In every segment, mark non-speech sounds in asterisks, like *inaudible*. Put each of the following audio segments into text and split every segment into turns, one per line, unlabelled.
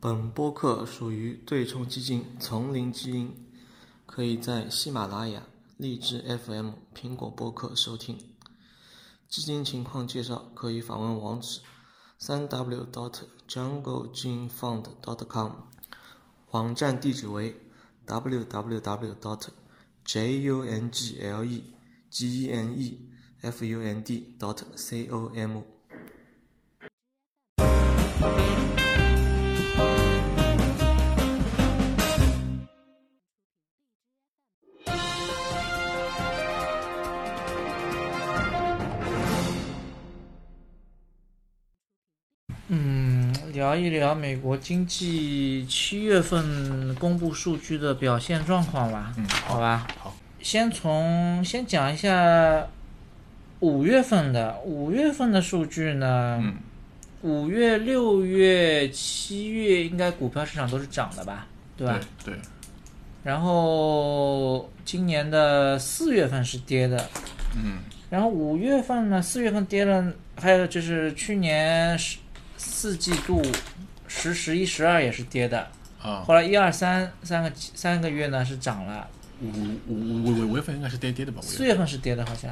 本播客属于对冲基金“丛林基因”，可以在喜马拉雅、荔枝 FM、苹果播客收听。基金情况介绍可以访问网址：三 w dot jungle gene fund dot com，网站地址为 www dot j u n g l e g e n e f u n d dot c o m。
嗯，聊一聊美国经济七月份公布数据的表现状况吧。
嗯
好吧。
好，
先从先讲一下五月份的五月份的数据呢。
嗯，
五月、六月、七月应该股票市场都是涨的吧？对吧？
对对，
然后今年的四月份是跌的，
嗯
然后五月份呢，四月份跌了，还有就是去年十四季度十、十一、十二也是跌的，
啊，
后来一二三三个三个月呢是涨了，
五五五五五月份应该是跌跌的吧？五
四
月
月份是跌的，好像。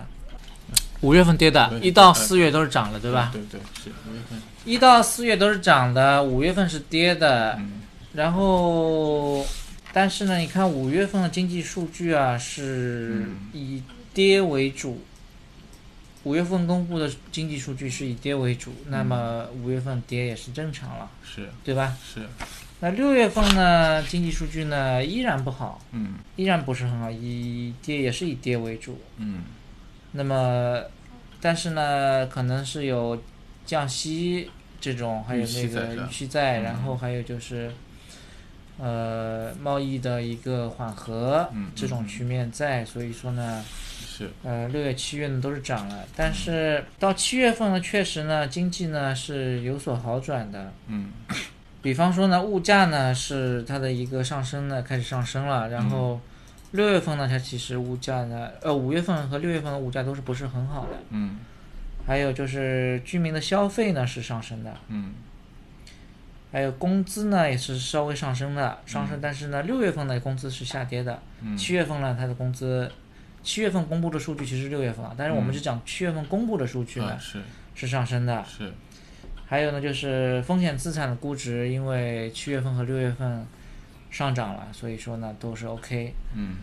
五月份跌的，一到四月都是涨的，对吧？
对对是五月份，
一到四月都是涨的，五月份是跌的。
嗯
然后，但是呢，你看五月份的经济数据啊，是
嗯
以跌为主。五月份公布的经济数据是以跌为主，那么五月份跌也是正常了，
是
对吧？
是，
那六月份呢，经济数据呢依然不好，
嗯
依然不是很好，以跌也是以跌为主。
嗯
那么，但是呢，可能是有降息这种，还有
预期
那
在
个
这儿
预期在，
嗯
然后还有就是，呃，贸易的一个缓和
嗯
这种
嗯
局面在，所以说呢，
是，
呃，六月、七月呢都是涨了，
嗯
但是到七月份呢，确实呢，经济呢是有所好转的。
嗯
比方说呢，物价呢是它的一个上升呢开始上升了，
嗯
然后六月份呢，它其实物价呢，呃，五月份和六月份的物价都是不是很好的。
嗯
还有就是居民的消费呢是上升的，
嗯
还有工资呢也是稍微上升的，上升。但是呢，六月份的工资是下跌的，
嗯，
七月份呢它的工资，七月份公布的数据其实六月份啊，但是我们就讲七月份公布的数据呢
啊是
是上升的。
是，
还有呢就是风险资产的估值，因为七月份和六月份上涨了，所以说呢都是 OK。
嗯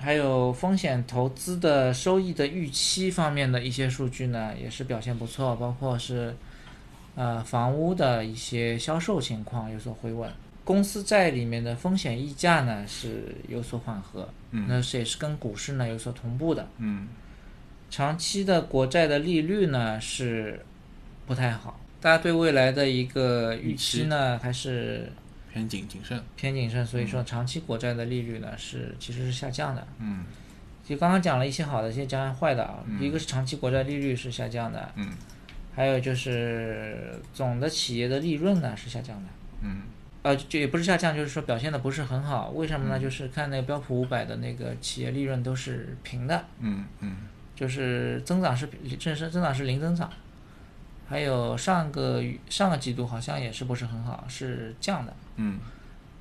还有风险投资的收益的预期方面的一些数据呢，也是表现不错，包括是呃房屋的一些销售情况有所回稳，公司债里面的风险溢价呢是有所缓和，那
嗯
是也是跟股市呢有所同步的。
嗯
长期的国债的利率呢是不太好，大家对未来的一个预期嗯呢还是
偏谨谨慎，
偏谨慎，所以说长期国债的利率呢是其实是下降的。
嗯
就刚刚讲了一些好的，先讲讲坏的啊。
嗯
一个是长期国债利率是下降的，
嗯
还有就是总的企业的利润呢是下降的。
嗯
呃，就也不是下降，就是说表现的不是很好。为什么呢？就是看那个标普五百的那个企业利润都是平的，
嗯嗯
就是增长是正是增长是零增长。还有上个上个季度好像也是不是很好，是降的。
嗯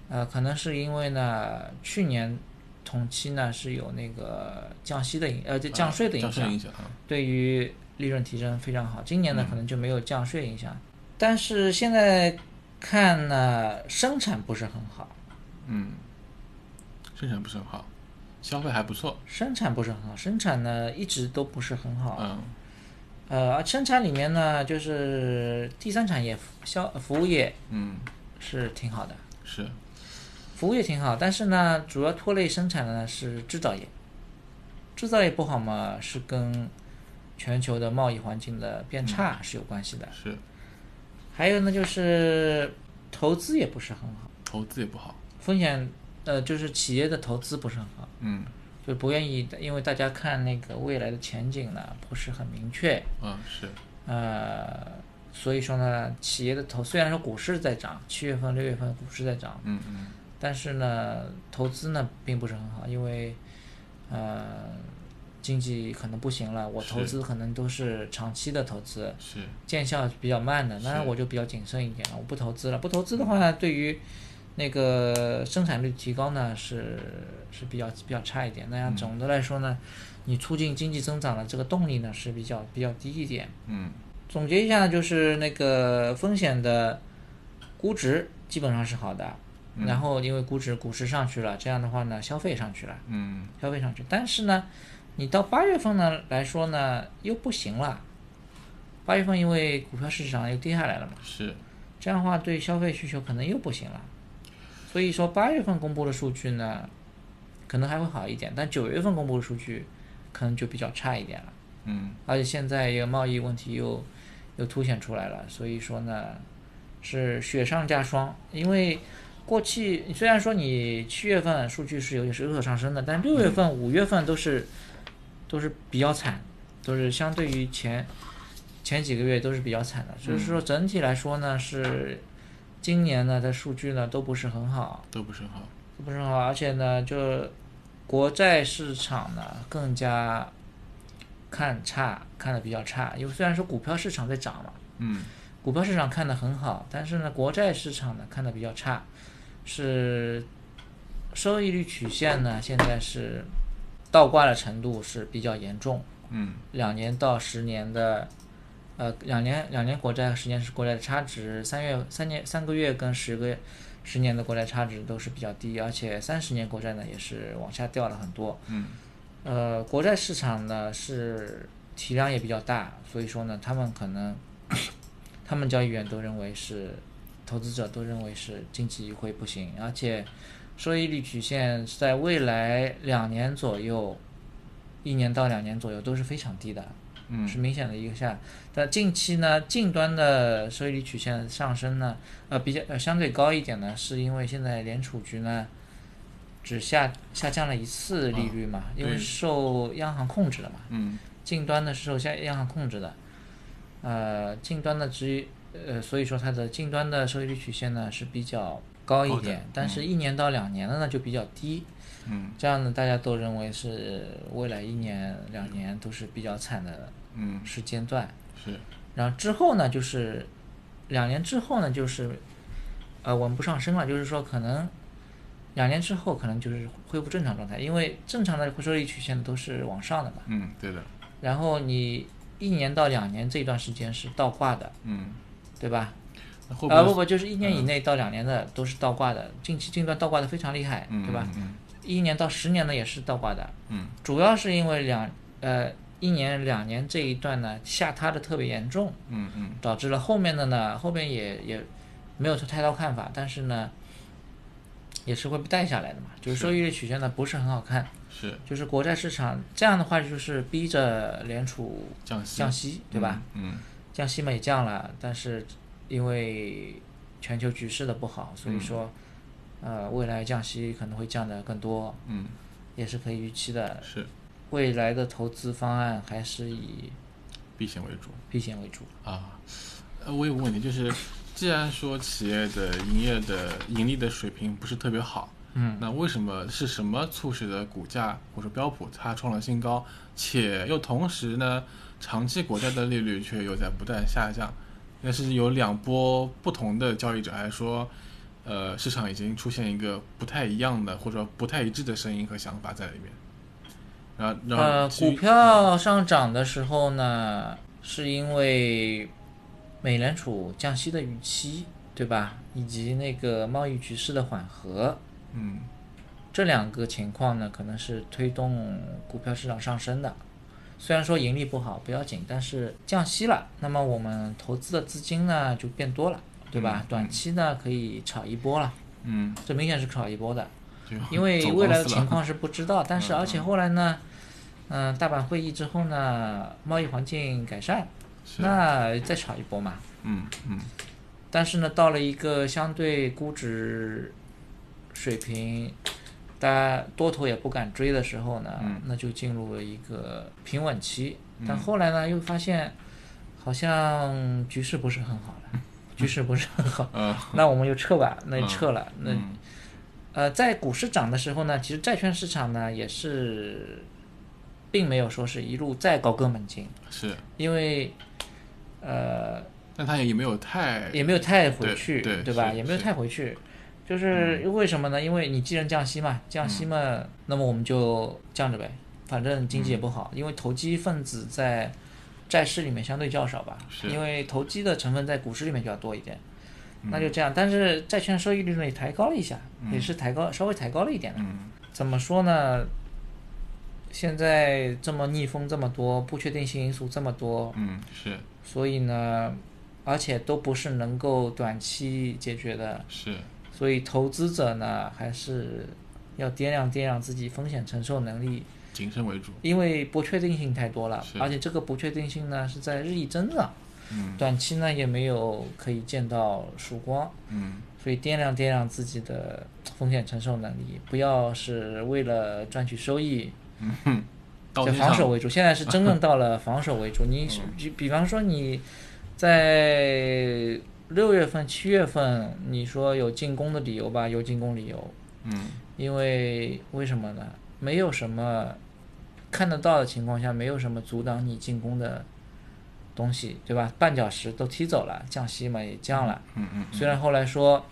呃，可能是因为呢，去年同期呢是有那个降息的影，呃，就降税的影
降税
响
影，响啊，
对于利润提升非常好。今年呢，
嗯
可能就没有降税影响，但是现在看呢，生产不是很好，
嗯，生产不是很好，消费还不错，
生产不是很好，生产呢一直都不是很好。
嗯
呃，生产里面呢，就是第三产业、消服务业
嗯
是挺好的，
是，
服务业挺好，但是呢，主要拖累生产的呢是制造业。制造业不好嘛，是跟全球的贸易环境的变
嗯
差是有关系的。
是
还有呢，就是投资也不是很好，
投资也不好，
风险呃就是企业的投资不是很好，
嗯
就不愿意，因为大家看那个未来的前景呢不是很明确，
啊是，
呃，所以说呢，企业的投虽然说股市在涨，七月份、六月份股市在涨，
嗯嗯
但是呢，投资呢并不是很好，因为呃经济可能不行了，我投
是
资可能都是长期的投资，
是
见效比较慢的，那
是
我就比较谨慎一点了，我不投资了。不投资的话，对于那个生产率提高呢，是是比较比较差一点。那样总的来说呢，你促进经济增长的这个动力呢是比较比较低一点。
嗯
总结一下，就是那个风险的估值基本上是好的，然后因为估值股市上去了，这样的话呢，消费上去了，
嗯
消费上去。但是呢，你到八月份呢来说呢，又不行了。八月份因为股票市场又跌下来了嘛，
是
这样的话对消费需求可能又不行了。所以说八月份公布的数据呢，可能还会好一点，但九月份公布的数据可能就比较差一点了。
嗯
而且现在一个贸易问题又又凸显出来了，所以说呢是雪上加霜。因为过去虽然说你七月份数据是有点是有所上升的，但六月份、五月份都是都是比较惨，都是相对于前前几个月都是比较惨的。就是说整体来说呢是今年呢的数据呢都不是很好，
都不是很好，
都不是很好，而且呢就国债市场呢更加看差，看的比较差。因为虽然说股票市场在涨嘛，
嗯
股票市场看的很好，但是呢，国债市场呢看的比较差，是收益率曲线呢现在是倒挂的程度是比较严重，
嗯
两年到十年的，呃，两年两年国债和十年是国债的差值，三月三年三个月跟十个十年的国债差值都是比较低，而且三十年国债呢也是往下掉了很多，
嗯
呃，国债市场呢是体量也比较大，所以说呢，他们可能他们交易员都认为是投资者都认为是经济会不行，而且收益率曲线是在未来两年左右，一年到两年左右都是非常低的，
嗯
是明显的一个下。但近期呢，近端的收益率曲线上升呢，呃，比较呃相对高一点呢，是因为现在联储局呢只下下降了一次利率嘛，因为
啊对
受央行控制的嘛，
嗯
近端的是受下央行控制的，呃，近端的只呃，所以说它的近端的收益率曲线呢是比较高一
高的
点，但是
嗯
一年到两年的呢就比较低。
嗯
这样呢，大家都认为是未来一年、两年都是比较惨的
嗯
时间段。
是
然后之后呢，就是两年之后呢，就是呃稳步上升了，就是说可能两年之后可能就是恢复正常状态，因为正常的回收率曲线都是往上的嘛。
嗯对的
然后你一年到两年这一段时间是倒挂的，
嗯，
对吧？
那会不嗯
啊、不
会
不，就是一年以内到两年的都是倒挂的，近期近段倒挂的非常厉害，
嗯
对吧？
嗯
一年到十年的也是倒挂的，
嗯
主要是因为两呃一年两年这一段呢下塌的特别严重，
嗯嗯
导致了后面的呢，后面也也没有太多看法，但是呢，也是会被带下来的嘛。就是
是
收益率曲线呢不是很好看，
是
就是国债市场这样的话，就是逼着联储
降息
降息，对吧？？
嗯
降息嘛也降了，但是因为全球局势的不好，所以说，呃，未来降息可能会降的更多，
嗯
也是可以预期的
嗯。是
未来的投资方案还是以
避险为主。
避险为主。
啊，呃，我有个问题，就是既然说企业的营业的盈利的水平不是特别好，
嗯，
那为什么是什么促使的股价或者标普它创了新高，且又同时呢，长期国债的利率却又在不断下降？那是有两波不同的交易者，还是说，呃，市场已经出现一个不太一样的或者不太一致的声音和想法在里面？然后，然后
呃，
至于
股票上涨的时候呢，是因为美联储降息的预期，对吧？以及那个贸易局势的缓和，
嗯
这两个情况呢，可能是推动股票市场上升的。虽然说盈利不好不要紧，但是降息了，那么我们投资的资金呢就变多了，对吧？
嗯
短期呢可以炒一波了，
嗯，
这明显是炒一波的。
就 *laughs*
因为
走
未
公
来的
司
情
了嗯
况是不知道，但是而且后来呢，嗯、大阪会议之后呢，贸易环境改善，
是
那再炒一波嘛。
嗯嗯
但是呢，到了一个相对估值水平，大家多头也不敢追的时候呢，
嗯
那就进入了一个平稳期。但后来呢，又发现好像局势不是很好
*laughs*
了，局势不是很好，
呃
那我们就撤吧，那就
嗯
撤了，那
嗯
呃，在股市涨的时候呢，其实债券市场呢也是并没有说是一路再高歌猛进，
是，
因为呃
但它也没有太
也没有太回去，
对对
吧？
是
也没有
是嗯
太回去，就是为什么呢？因为你既然降息嘛，降息嘛，那么我们就降着呗，反正经济也
嗯
不好，因为投机分子在债市里面相对较少吧，
是嗯
因为投机的成分在股市里面就要多一点。那就这样，但是债券收益率呢也抬高了一下，也是抬高稍微抬高了一点的。
嗯
怎么说呢？现在这么逆风这么多，不确定性因素这么多，
嗯是
所以呢，而且都不是能够短期解决的，
是
所以投资者呢还是要掂量掂量自己风险承受能力，
谨慎为主，
因为不确定性太多了，
是
而且这个不确定性呢是在日益增长，
嗯
短期呢也没有可以见到曙光，
嗯
所以掂量掂量自己的风险承受能力，不要是为了赚取收益，
嗯哼，刀
就
尖
防守
上
为主，现在是真
*laughs*
正到了防守为主。你是比比方说你在六月份、七月份，你说有进攻的理由吧，有进攻理由，
嗯
因为为什么呢？没有什么看得到的情况下，没有什么阻挡你进攻的东西，对吧？绊脚石都踢走了，降息嘛也降了。
嗯嗯
虽然后来说，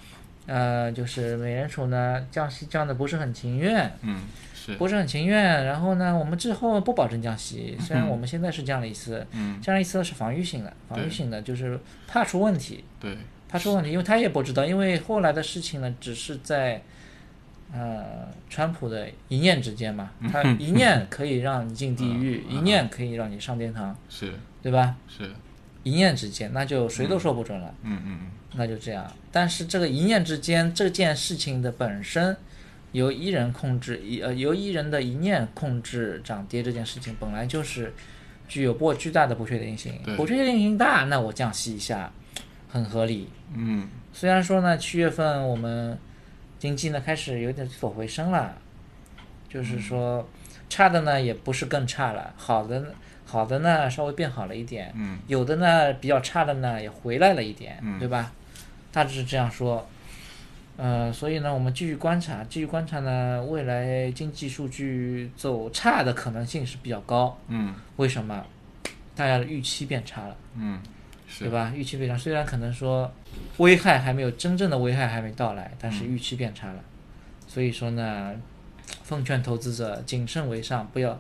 呃，就是美联储呢降息降的不是很情愿，
嗯是
不是很情愿。然后呢，我们之后不保证降息，虽然我们现在是降了一次，
嗯
降了一次是防御性的，防御
对
性的就是怕出问题，
对
怕出问题，因为他也不知道，因为后来的事情呢，只是在。呃，川普的一念之间嘛，他一念可以让你进地狱，一念可以让你上天堂，
是
对吧？
是
一念之间，那就谁都说不准了。
嗯嗯
那就这样。但是这个一念之间，这件事情的本身由一人控制，一呃由一人的一念控制涨跌这件事情，本来就是具有过巨大的不确定性
对。
不确定性大，那我降息一下很合理。
嗯
虽然说呢，七月份我们经济呢开始有点走回升了，就是说差的呢也不是更差了，好的呢好的呢稍微变好了一点，
嗯
有的呢比较差的呢也回来了一点，
嗯
对吧？大致这样说。呃，所以呢，我们继续观察，继续观察呢，未来经济数据走差的可能性是比较高。
嗯
为什么？大家的预期变差了，
嗯是
对吧？预期变差，虽然可能说危害还没有真正的危害还没到来，但是预期变差了。所以说呢，奉劝投资者谨慎为上，不要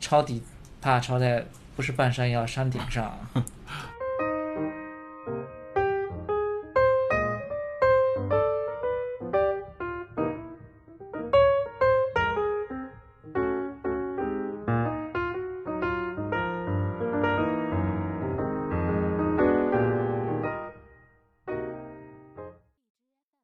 抄底，怕抄在不是半山腰山顶上。